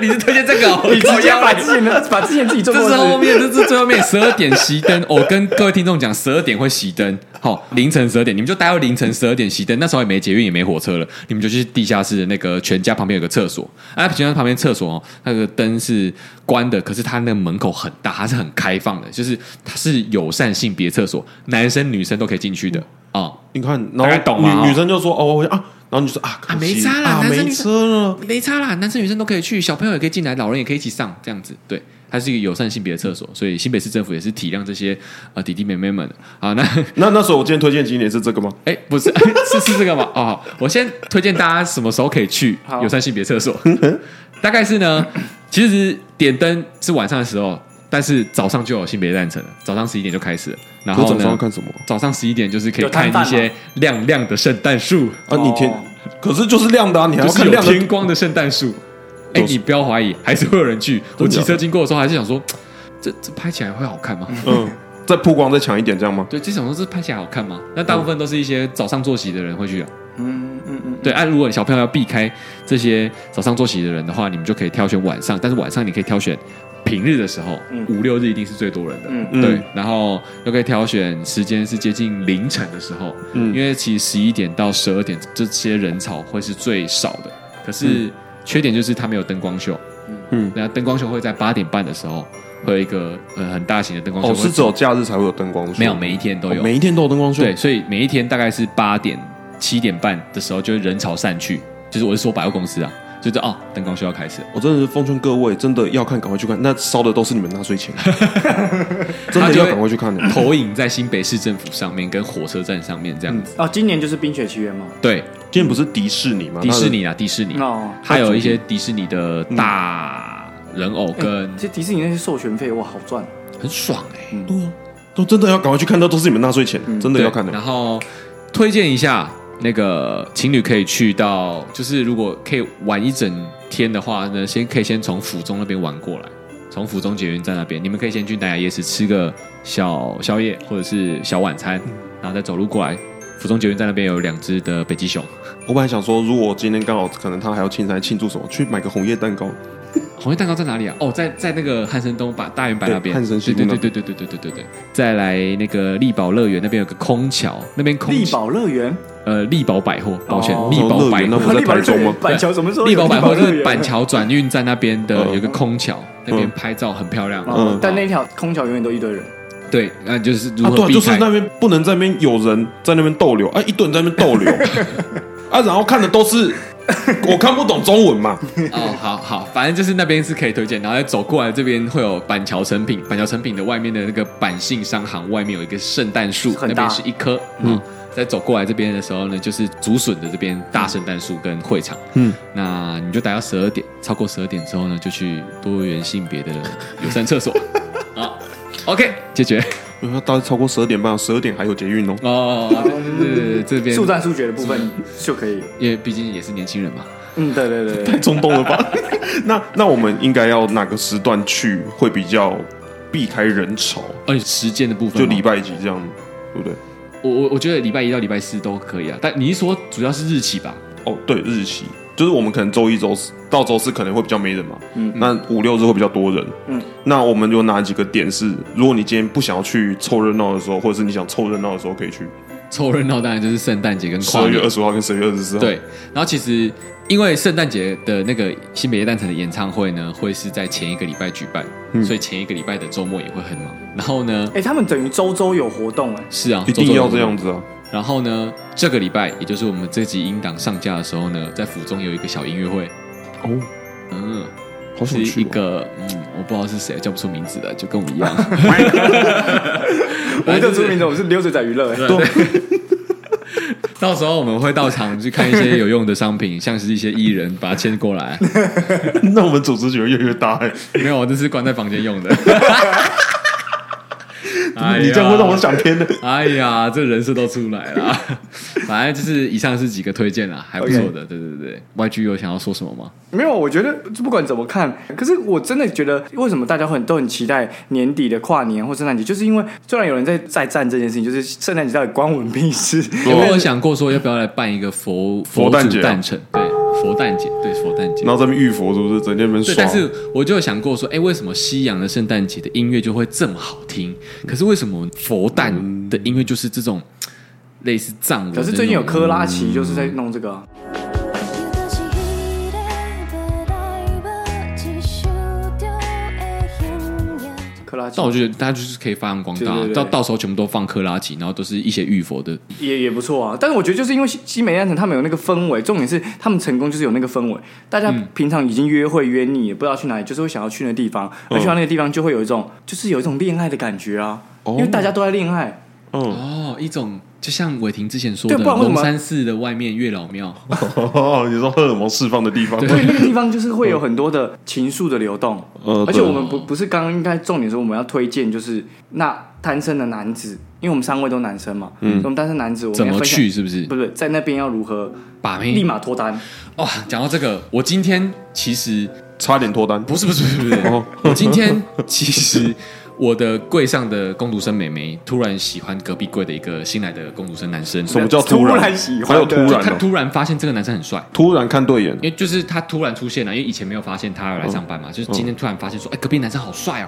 C: 你是推荐这个、哦？
A: 你直接把
C: 靠腰
A: 之前的把之前自己做
C: 这
A: 过
C: 是
A: 的
C: 后面，这是最后面十二点熄灯。 我、跟各位听众讲，十二点会熄灯，好、凌晨十二点，你们就待到凌晨十二点熄灯。那时候也没捷运，也没火车了，你们就去地下室的那个全家旁边有个厕所。啊，全家旁边厕所哦，那个灯是关的，可是它那个门口很大，它是很开放的，就是它是友善性别厕所，男生女生都可以进去的啊、哦
B: 你看，
C: 大
B: 然
C: 概
B: 后
C: 懂吗
B: 女女生就说：“哦，我想啊，然后你就说啊，可惜
C: 没差啦
B: 啊，
C: 男生
B: 没
C: 女
B: 车了，
C: 没差啦，男生女生都可以去，小朋友也可以进来，老人也可以一起上，这样子。对，它是一个友善性别的厕所，所以新北市政府也是体谅这些呃弟弟妹妹们的。好，那
B: 那那时候我今天推荐景点是这个吗？
C: 哎不是 是是这个吗？哦，好我先推荐大家什么时候可以去
A: 好
C: 友善性别厕所， 大概是呢，其实点灯是晚上的时候。但是早上就有性别诞辰了，早上十一点就开始了。然
B: 我
C: 后
B: 早上
C: 呢
B: 要，看什么啊
C: 早上十一点就是可以
A: 有啊摊
C: 看
A: 贩
C: 一些亮亮的圣诞树，
B: 啊？你天
A: 哦，
B: 可是就是亮的啊，你还
C: 就
B: 要
C: 是
B: 看
C: 有
B: 亮的
C: 天光的圣诞树。哎、
B: 都是
C: 你不要怀疑，还是会有人去。我
B: 真的假的
C: 骑
B: 啊
C: 车经过的时候，还是想说，这这拍起来会好看吗？
B: 嗯，再曝光再强一点，这样吗？
C: 对，就想说这拍起来好看吗？那大部分都是一些早上作息的人会去啊。
A: 嗯嗯嗯，
C: 对，啊，如果你小朋友要避开这些早上作息的人的话，你们就可以挑选晚上，但是晚上你可以挑选平日的时候，
A: 嗯
C: 五六日一定是最多人的。
A: 嗯
B: 嗯
C: 对，然后又可以挑选时间是接近凌晨的时候，
B: 嗯
C: 因为其实十一点到十二点这些人潮会是最少的，可是缺点就是它没有灯光秀，
B: 嗯，
C: 那灯光秀会在八点半的时候会有一个呃很大型的灯光秀
B: 哦，
C: 会，
B: 是只有假日才会有灯光秀，
C: 没有每一天都
B: 哦
C: 有，
B: 每一天都有灯光秀，
C: 对，，所以每一天大概是八点七点半的时候，就会人潮散去，就是我是说百货公司啊，就是哦灯光秀要开始了，
B: 我真的是奉劝各位，真的要看赶快去看，那烧的都是你们纳税 钱，真
C: 他
B: 的
C: 就
B: 要
C: 会嗯
B: 赶快去看的。
C: 投影在新北市政府上面跟火车站上面这样子，
A: 哦，今年就是《冰雪奇缘》嘛，
C: 对，
B: 今天不是迪士尼吗？
C: 迪士尼啊，迪士尼。
A: 哦，
C: 还有一些迪士尼的大人偶跟
A: 哎其实迪士尼那些授权费哇，好赚，
C: 很爽哎、欸，
B: 它的，都真的要赶快去看，那都是你们纳税钱，真的
C: 对
B: 要看的
C: 然。后推荐一下，那个情侣可以去到，就是如果可以玩一整天的话呢，先可以先从府中那边玩过来，从府中捷运站那边，你们可以先去南雅夜市吃个小宵夜或者是小晚餐，然后再走路过来。府中捷运站那边有两只的北极熊，
B: 我本来想说，如果今天刚好可能他还要庆生庆祝什么，去买个红叶蛋糕，
C: 红叶蛋糕在哪里啊？哦，在在那个汉森东把大圆柏那
B: 对
C: 边，
B: 汉森西
C: 对
B: 路
C: 对
B: 那
C: 对对
B: 边
C: 对对对对对对。再来那个力宝乐园那边有个空桥，那边空
A: 力宝乐园，
C: 呃力宝百货，抱歉，
A: 哦
C: 力宝
B: 乐
C: 百
B: 园那
C: 货
B: 不。是在
A: 力宝
B: 台
A: 乐
B: 中吗
A: 园，？板桥什么时候
C: 力
A: 有
C: 宝百货
A: 乐
C: 就是
A: 园
C: 板桥转运站那边的
B: 嗯
C: 有一个空桥，那边
B: 嗯
C: 拍照很漂亮。
A: 哦
B: 嗯
A: 但那条空桥永远都一堆人，
C: 对，那就是如
B: 啊，对
C: 何
B: 啊，
C: 避
B: 就是
C: 开。
B: 那边不能在那边有人在那边逗留，啊，一堆人在那边逗 留，啊，然后看的都是我看不懂中文嘛，
C: 哦，好好，反正就是那边是可以推荐，然后再走过来这边会有板桥成品，板桥成品的外面的那个板信商行外面有一个圣诞树，
A: 很
C: 那
A: 大
C: 边是一棵，嗯。再走过来这边的时候呢，就是竹笋的这边大圣诞树跟会场，嗯，那你就待到十二点，超过十二点之后呢，就去多元性别的友善 厕所，好，OK，解决
B: 因为他大概超过十二点半，十二点还有捷运哦。
C: 哦，对对对对，这边
A: 速战速决的部分就可以。
C: 因为毕竟也是年轻人嘛。
A: 嗯，对对对 对，
B: 冲动了吧？ 那那我们应该要哪个时段去会比较避开人潮？
C: 而且时间的部分
B: 就
C: 嘛，
B: 礼拜几这样，对不对？
C: 我我我觉得礼拜一到礼拜四都可以啊。但你是说主要是日期吧？
B: 哦，对，日期就是我们可能周一、周四到周四可能会比较没人嘛，
A: 嗯
B: 那五六日会比较多人，
A: 嗯，
B: 那我们有哪几个点是，如果你今天不想要去凑热闹的时候，或者是你想凑热闹的时候可以去？
C: 凑热闹当然就是圣诞节跟
B: 十
C: 跨
B: 二月
C: 年
B: 二。十号跟十二月二十四号，，
C: 对，然后其实因为圣诞节的那个新北夜诞城的演唱会呢，会是在前一个礼拜举办，所以前一个礼拜的周末也会很忙。然后呢，
A: 哎，他们等于周周有活动哎，
C: 是啊，
B: 一
C: 周
B: 定
C: 周
B: 要
C: 有
B: 这样子啊！
C: 然后呢，这个礼拜也就是我们这集音档上架的时候呢，在府中有一个小音乐会，
B: 哦，
C: 嗯，
B: 好
C: 是
B: 想去、
C: 一
B: 哦。
C: 个嗯，我不知道是谁，叫不出名字的，就跟我一样。 哎
A: 我们这出名的我们是流水仔娱乐哎，
C: 到时候我们会到场去看一些有用的商品， 像是一些艺人把它牵过来。
B: 那我们组织觉得越来越大、欸，
C: 没有，我这是关在房间用的。 哎呀
B: 你这样会让我想偏的。
C: 哎呀，这人设都出来了。 反正就是以上是几个推荐啦，还不错的。对对对，YG 有想要说什么吗？
A: 没有，我觉得不管怎么看，可是我真的觉得，为什么大家很都很期待年底的跨年或圣诞节，就是因为虽然有人在再战这件事情，就是圣诞节到底关我们屁 事？
C: 有没有想过说要不要来办一个佛
B: 佛诞节啊
C: 主诞辰？对，佛诞节，对佛诞节
B: 然。后在那边浴佛是不是？整天在那边
C: 对，
B: 爽。
C: 但是我就有想过说，哎，为什么西洋的圣诞节的音乐就会这么好听？可是为什么佛诞的音乐就是这种类似藏文的
A: 可
C: 那种？
A: 是最近有科拉奇就是在弄这个啊、克拉奇
C: 但我觉得大家就是可以发扬光大，
A: 对对对
C: 到到时候全部都放克拉奇，然后都是一些浴佛的，
A: 也也不错啊。但是我觉得就是因为西西美亚城他们有那个氛围，重点是他们成功就是有那个氛围。大
C: 嗯
A: 家平常已经约会约腻，也不知道去哪里，就是会想要去那地方，而去到那个地方就会有一种就是有一种恋爱的感觉啊，
B: 哦
A: 因为大家都在恋爱。
B: 嗯，
C: 哦，一种就像伟霆之前说的
A: 对不然为什
C: 龙
A: 么
C: 山寺的外面月老庙，
B: 你说荷尔蒙释放的地方，
A: 对，那个地方就是会有很多的情愫的流动，
B: 呃
A: 而且
B: 对
A: 我们不不是刚刚应该重点说我们要推荐就是那单身的男子，因为我们三位都男生嘛，嗯，我们单身男子我们
C: 怎
A: 要
C: 么
A: 分享
C: 去？是不是？
A: 不是在那边要如何
C: 把
A: 立
C: 妹
A: 马脱单？
C: 哇！讲到这个，我今天其实
B: 差点脱单。
C: 不是不是不是不是
B: 哦，
C: 我今天其实我的柜上的工读生美眉突然喜欢隔壁柜的一个新来的工读生男生，
B: 什么叫
A: 突
B: 然？
A: 然喜欢
B: 还有突
A: 对
B: 然
C: 她
B: 哦，
C: 突然发现这个男生很帅。
B: 突然看对眼，
C: 因为就是他突然出现了，因为以前没有发现他要来上班嘛，就是今天突然发现说，哎、隔壁男生好帅哦，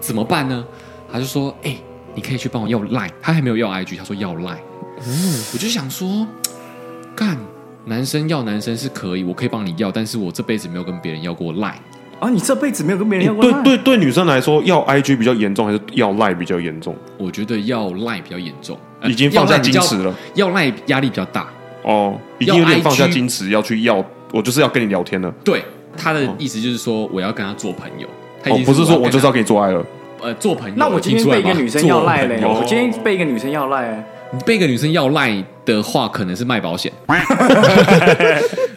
C: 怎么办呢？他就说，哎、你可以去帮我要 line，他还没有要 IG，他说要 line，、我
B: 嗯
C: 就想说，干男生要男生是可以，我可以帮你要，但是我这辈子没有跟别人要过 line，
A: 啊，你这辈子没有跟别人要过
B: 对
A: 爱
B: 对对，女生来说要 IG 比较严重，还是要赖比较严重？
C: 我觉得要 line 比较严重，呃
B: 已经放下
C: 要 line 比较
B: 矜持了，
C: 要 line 压力比较大，
B: 哦，已经有点放下矜持，要去要，我就是要跟你聊天了。
C: 对，他的意思就是说我要跟他做朋友，他已
B: 哦
C: 经，
B: 不是说我就是
C: 要
B: 要跟你做爱了，
C: 跟他呃做朋友，
A: 那我今
C: 听
A: 天
C: 出来
A: 被一个
C: 吗
A: 女生要赖嘞，
B: 做朋友
A: 我今天被一个女生要赖哎嘞，
C: 你被一个女生要赖的话，可能是卖 保险。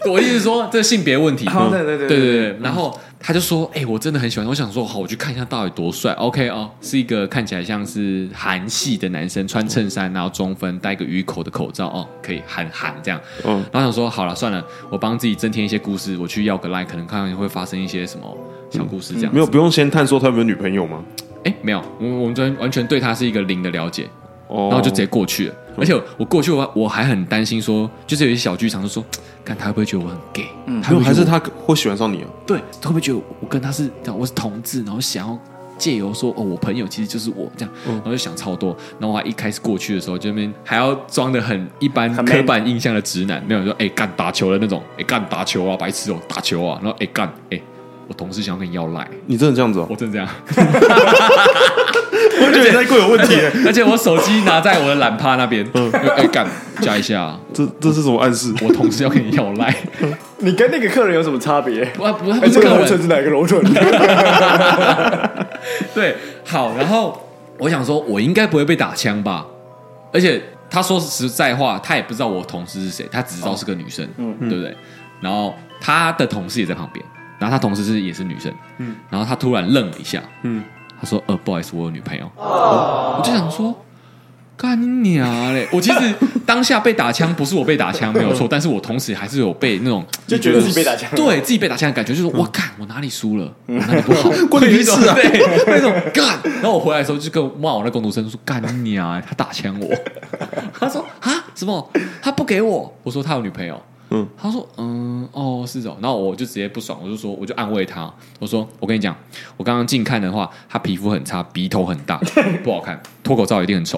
C: 我意思是说，这性别问题。
A: 啊对对对对
C: 对嗯对
B: 嗯
C: 对。然后他就说：“哎、我真的很喜欢。”我想说：“好，我去看一下到底多帅。” OK 哦，是一个看起来像是韩系的男生，穿衬衫，然后中分，戴个鱼口的口罩，哦，可以韩韩这样。
B: 嗯，
C: 然后想说：“好了，算了，我帮自己增添一些故事，我去要个赖，可能看看会发生一些什么小故事这样。
B: 嗯没有，不用先探索他有没有女朋友吗？
C: 哎、没有，我我们昨天完全对他是一个零的了解。
B: 哦，嗯
C: 然后就直接过去了。而且我过去我我还很担心说，就是有一些小剧场就说，看他会不会觉得我很 gay，嗯，他
B: 没有，
C: 会不会
B: 还
C: 觉
B: 是
C: 得我
B: 他会喜欢上你啊？
C: 对，他会不会觉得我跟他是我是同志，然后想要。借由说哦，我朋友其实就是我这样，
A: 嗯
C: 然后就想超多。然后我还一开始过去的时候，就那边还要装的很一般
A: 很 man
C: 刻板印象的直男，没有说哎干打球的那种，哎干打球啊，白痴哦打球啊，然后哎干哎我同事想要跟你要赖，
B: 你真的这样子哦？
C: 我真的这样。
B: 我觉得你在柜有问题 耶，
C: 而且我手机拿在我的懒趴那边，
A: 嗯
C: 哎干加一下，啊
B: 这这是什么暗示？
C: 我同事要跟你要赖。
A: 你跟那个客人有什么差别？
C: 不不，他
A: 哎
C: 不是
A: 这
C: 个
A: 个楼层
C: 人。
A: 是哪个楼层？
C: 对，好，然后我想说，我应该不会被打枪吧？而且他说实在话，他也不知道我同事是谁，他只知道是个女生，对不对？然后他的同事也在旁边，然后他同事是也是女生，嗯，然后他突然愣了一下，
B: 嗯，
C: 他说：“呃，不好意思，我有女朋友。我就想说。干你娘嘞！我其 实当下被打枪，不是我被打枪没有错，但是我同时还是有被那种
A: 就觉得自己被打枪嗯
C: 对自己被打枪的感觉，就是我看我哪里输了，我哪里 不好，
B: 关你屁事啊
C: 会有一种 对，会有一种干。然后我回来的时候就跟骂我那工读生说：“干你娘欸！他打枪我。”他说：“啊，什么？他不给我？”我说：“他有女朋友。”
B: 嗯
C: 嗯，他说：“嗯，哦，是哦。”然后我就直接不爽，我就说，我就安慰他，我说：“我跟你讲，我刚刚近看的话，他皮肤很差，鼻头很 大，不好看，脱口罩一定很丑。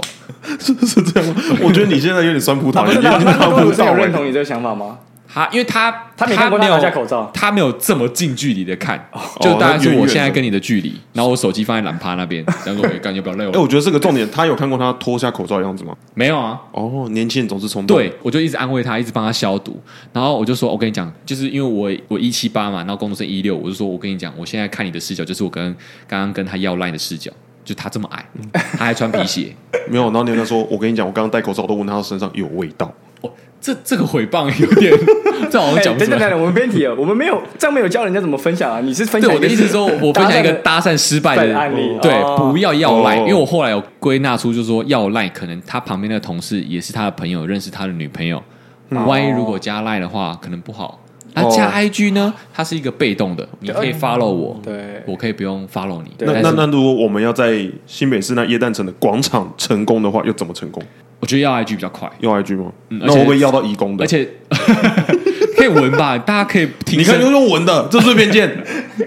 B: 是是这样吗？我觉得你现在有点酸葡萄，
A: 不是
B: 有
A: 那
B: 点
A: 那
B: 酸
A: 工
B: 葡
A: 读生有认
B: 萄
A: 同
B: 耶。
A: 你这个想法吗？
C: 他因为他
A: 他没看过
C: 没
A: 他
C: 有
A: 拿下口罩哦
C: 他没有这么近距离的看，就大概是我现在跟你的距离，然后我手机放在懒趴 那边，然后我感觉比较累
B: 哎，。
A: 哦
B: 我觉得这个重点，他有看过他脱下口罩的样子吗？
C: 没有啊，
B: 哦，年轻人总是冲动。
C: 对，我就一直安慰他，一直帮他消毒。然后我就说，我跟你讲，就是因为我我一七八嘛，然后工作生一六，我就说我跟你讲，我现在看你的视角，就是我跟刚刚跟他要赖的视角，就他这么矮，他还穿皮鞋，
B: 没有，然后你跟他说：“我跟你讲，我刚刚戴口罩，我都闻到他身上有味道。
C: 哦，这这个诽谤有点， 这好
A: 哎，
C: 像
A: 等
C: 讲不
A: 等
C: 出
A: 等
C: 来。
A: 等，我们偏题了，我们没有这样没有教人家怎么分享啊？你是分
C: 对
A: 享
C: 我的意思是 说，我分享一个
A: 搭
C: 搭讪失败
A: 讪的
C: 的
A: 案例，
C: 对，
A: 哦
C: 不要要赖，
B: 哦
C: 因为我后来有归纳出，就是说要赖，可能他旁边的同事也是他的朋友，认识他的女朋友。万一如果加赖的话，可能不好。那
B: 哦
C: 加 IG 呢？它是一个被动的，你可以 follow 我，
A: 对
C: 我可以不用 follow 你。”
B: 那
C: 但
B: 那
C: 是
B: 那，如果我们要在新北市那耶诞城的广场成功的话，又怎么成功？
C: 我觉得要 IG 比较快，
B: 要 IG 吗？
C: 而
B: 那
C: 且
B: 我会不会要到移工的
C: 而？且 可以闻吧，大家可以听
B: 你看，
C: 声
B: 又用闻的，这是偏见。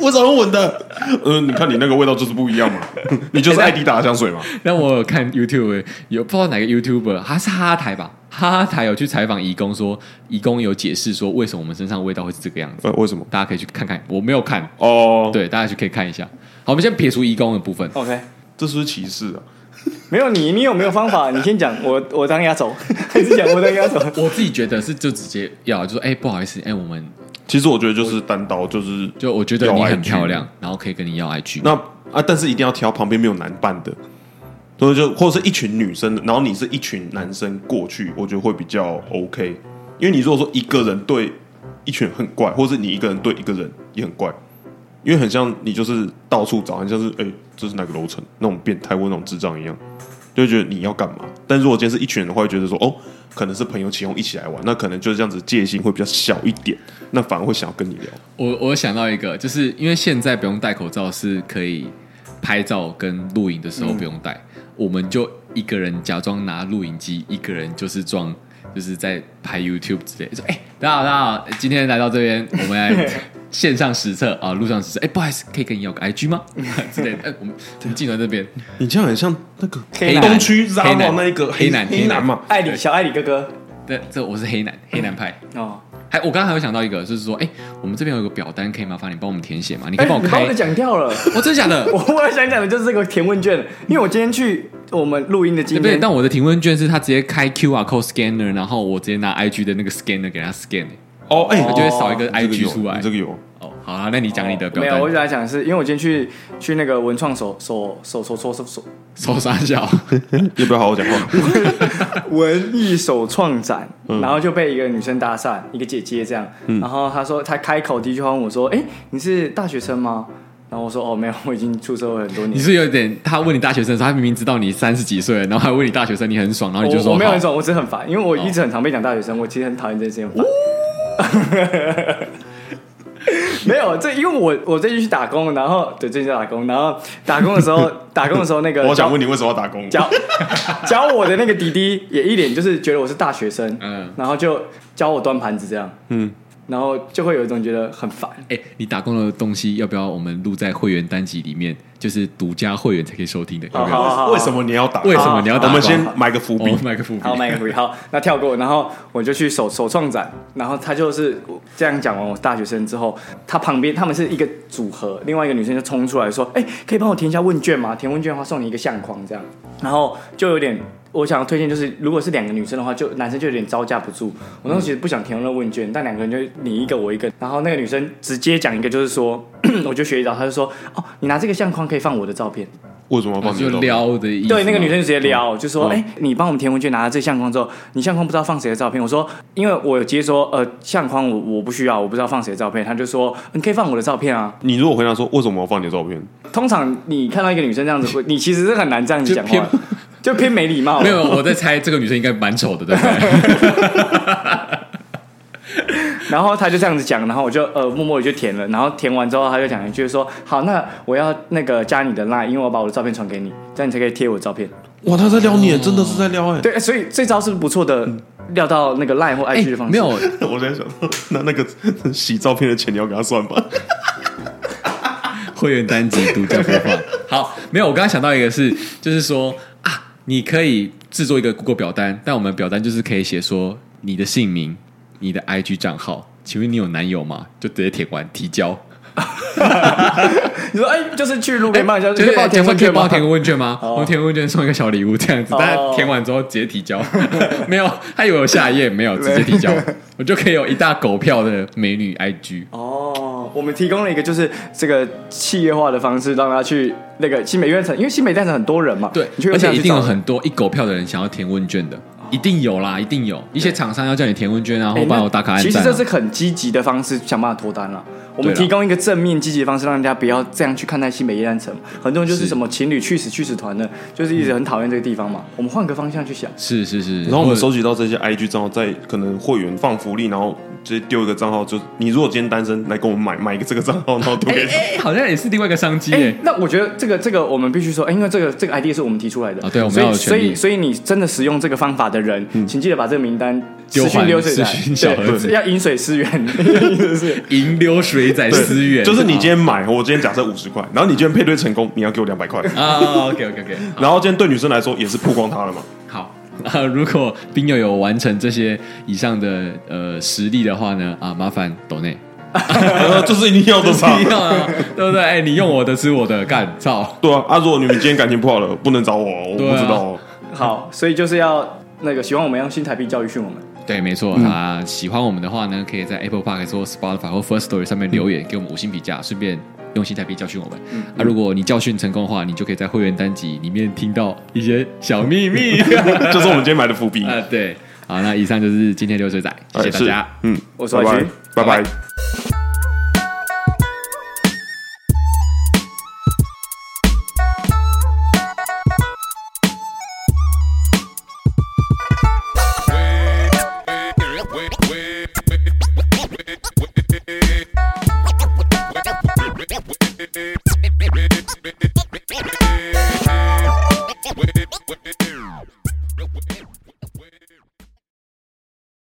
B: 我找用闻的，嗯，你看你那个味道就是不一样嘛， 你就是爱迪达的香水嘛。
C: 那我有看 YouTube，有不知道哪个 YouTuber，他是哈哈台吧？哈哈台有去采访义工说，义工有解释说为什么我们身上的味道会是这个样子，
B: 呃，为什么？
C: 大家可以去看看。我没有看，
B: 哦，
C: 对，大家去可以看一下。好，我们先撇除移工的部分。
A: OK，
B: 这是不是歧视啊？
A: 没有你，你有没有方法？你先讲，我我当压轴，还是讲我当压 轴？
C: 我自己觉得是就直接要，就说哎、不好意思，哎、我们
B: 其实我觉得就是单刀，就是
C: 就我觉得你
B: 要
C: 很
B: IG
C: 漂亮，然后可以跟你要 IG。
B: 那啊，但是一定要挑旁边没有男伴的，所以就或者是一群女生的，然后你是一群男生过去，我觉得会比较 OK。因为你如果说一个人对一群很怪，或是你一个人对一个人也很怪，因为很像你就是到处找，很像是哎、这是哪个楼层那种变态或那种智障一样，就会觉得你要干嘛？但如果今天是一群人的话，会觉得说哦，可能是朋友起哄一起来玩，那可能就是这样子戒心会比较小一点，那反而会想要跟你聊。
C: 我我想到一个，就是因为现在不用戴口罩，是可以拍照跟录影的时候不用戴，我们就一个人假装拿录影机，一个人就是装。就是在拍 YouTube 之类，说哎、大家好，大家好，今天来到这边，我们来线上实测啊，路上实测，哎、不好意思，可以跟你要个 IG 吗？ 之类的，哎、我们我们进来这边，
B: 你这样很像那个
A: 黑
C: 男
B: 东区 z
C: 哎黑
B: a
C: 男
B: 那一个
C: 黑男
B: 黑男嘛，
A: 艾里小艾里哥哥
C: 这这我是黑男，黑男派。
A: 哦，
C: 还我刚刚还有想到一个，就是说，哎、我们这边有一个表单，可以麻烦你帮我们填写吗？你可
A: 哎，
C: 以帮我
A: 你把
C: 开
A: 我的？讲掉了。
C: 我、哦真的假的？
A: 我我要想讲的就是这个填问卷，因为我今天去我们录音的今
C: 对不对？
A: 天，
C: 但我的提问卷是他直接开 QR code scanner，然后我直接拿 IG 的那个 scanner 给他 scan，、欸、
B: 哦，哎、
C: 他就会少一个
B: 你这个
C: IG
B: 有
C: 出来。
B: 你这个有，
C: 哦，好啊，那你讲你的表
A: 没有，我
C: 单，
A: 想讲的是，因为我今天去去那个文创手手手手手手手
C: 手傻笑，
B: 要不要好好讲话？
A: 文艺手创展，
C: 嗯
A: 然后就被一个女生搭讪，一个姐姐这样，然后她说她开口第一句话问我说：“哎，你是大学生吗？”然后我说：“哦，没有，我已经出社会很多
C: 你
A: 年。
C: 是有点他问你大学生的时候，他明明知道你三十几岁了，然后还问你大学生，你很爽，然”后你就
A: 我
C: 说
A: 我没有很
C: 好哦
A: 爽，我只是很烦，因为我一直很常被讲大学生，我其实很讨厌这件事情。很烦 没有，这因为我我最近去打工，然后对最近在打工，然后打工的时 候，打工的时候那个
B: 我想问你为什么要打工？
A: 教 教我的那个弟弟也一脸就是觉得我是大学生，
C: 嗯
A: 然后就教我端盘子这样，
B: 嗯，
A: 然后就会有一种觉得很烦。
C: 哎、你打工的东西要不要我们录在会员单集里面，就是独家会员才可以收听的？要
A: 好
C: 不要？
A: 好好
B: 为什么你要打？
C: 为什么你要打
B: 我
C: 工？
B: 们先埋个伏笔
C: 哦，麦克风，
A: 好，麦克笔，好，那跳过，然后我就去首首创展，然后他就是这样讲完我大学生之后，他旁边他们是一个组合，另外一个女生就冲出来说：“哎、可以帮我填一下问卷吗？填问卷的话送你一个相框这样。”然后就有点。我想要推荐就是，如果是两个女生的话，就男生就有点招架不住。我当时其实不想填那个问卷，但两个人就你一个我一个，然后那个女生直接讲一个，就是说， 我就学一招，她就说：“哦，你拿这个相框可以放我的照片。”
B: 为什么要帮你
C: 哦就撩的意思吗。
A: 对，那个女生直接撩，就说：“
B: 嗯
A: 哎、你帮我们填文件，拿了这相框之后，你相框不知道放谁的照片。”我说：“因为我有接说，呃，相框我我不需要，我不知道放谁的照片。”他就说：“你可以放我的照片啊。
B: 你如果回答说为什么我要放你的照片，”
A: 通常你看到一个女生这样子，你其实是很难这样子
C: 就
A: 讲话
C: 偏
A: 的， 就偏没礼貌。
C: 没有，我在猜这个女生应该蛮丑的，对不对？
A: 然后他就这样子讲，然后我就呃默默的就填了，然后填完之后他就讲一句说：“好，那我要那个加你的 line，因为我要把我的照片传给你，这样你才可以贴我的照片。
B: 哇，他在撩你，真的是在撩哎”。
A: 对，所以这招是不是不错的，料到那个 line 或 IG 的方式。
C: 哎没有，
B: 我在想，那那个 洗照片的钱你要给他 算吧？
C: 会员单集独家播放。好，没有，我刚刚想到一个是，就是说啊，你可以制作一个 Google 表单，但我们表单就是可以写说你的姓名、你的 IG 账号，请问你有男友吗？就直接填完提交。
A: 你说哎、就是去路边卖一下，
C: 就是
A: 可以帮我填
C: 请问
A: 问
C: 可以
A: 卷
C: 帮
A: 吗
C: 我？填个问卷吗？
A: 哦
C: 我们填个问卷送一个小礼物这样子，
A: 哦
C: 大家填完之后直接提交， 没有，他以为有下一页，没有，直接提交，我就可以有一大狗票的美女 IG。
A: 哦，我们提供了一个就是这个企业化的方式，让他去那个新美院城，因为新美院城很多人嘛，
C: 对
A: 你去，
C: 而
A: 用这
C: 且
A: 样去
C: 一定有
A: 找哦
C: 很多一狗票的人想要填问卷的，一定有啦，一定有一些厂商要叫你填问卷啊，
A: 哎
C: 或帮
A: 那
C: 我打卡按
A: 其实
C: 赞
A: 这
C: 啊。
A: 是很积极的方式，想办法脱单了。我们
C: 对啦
A: 提供一个正面积极的方式，让人家不要这样去看待新北夜战城。很多人就是
C: 是
A: 什么情侣去死去死团的，就是一直很讨厌这个地方嘛。我们换个方向去想，
C: 是是是，
B: 然后我们
C: 或者
B: 收集到这些 IG 账号，在可能会员放福利，然后直接丢一个账号，就你如果今天单身来跟我们买买一个这个账号，然后丢给他。
C: 哎，好像也是另外一个商机
A: 哎、
C: 耶。
A: 那我觉得这个这个我们必须说，哎、因为这个这个 idea 是我们提出来的，
C: 啊对我们
A: 所以
C: 要有
A: 所
C: 权
A: 以
C: 利嗯
A: 所以你真的使用这个方法的人，请记得把这个名单
C: 丢
A: 私讯
C: 还
A: 流水
C: 私
A: 来，
C: 讯小盒子
A: 对，要饮水思 源，
C: 银流水仔
B: 对
C: 思源，
B: 就是你今天买，我今天假设五十块，然后你今天配对成功，你要给我两百块，
C: 啊，OK OK OK，
B: 然后今天对女生来说也是曝光她了嘛。
C: 好。啊，如果冰友有完成这些以上的呃实力的话呢，啊，麻烦抖内
B: 呃 这是一定要的吧
C: 一？样啊， 对不对？哎，你用我的吃我的，干 操！
B: 对啊，啊，如果你们今天感情不好了，不能找我哦，我
C: 对啊
B: 不知道哦。
A: 好，所以就是要那个喜欢我们用新台币教育训我们。
C: 对，没错啊。喜欢我们的话呢，可以在 Apple Park 或 Spotify 或 First Story 上面留言，给我们五星评价，顺便用心台币教训我们。啊，如果你教训成功的话，你就可以在会员单集里面听到一些小秘密。
B: 就是我们今天埋的伏笔。
C: 啊，对，好，那以上就是今天流水仔，谢谢大家。
B: 是嗯，
A: 我是白
B: 拜
A: 君
B: 拜，拜拜。
D: wait, wait, wait.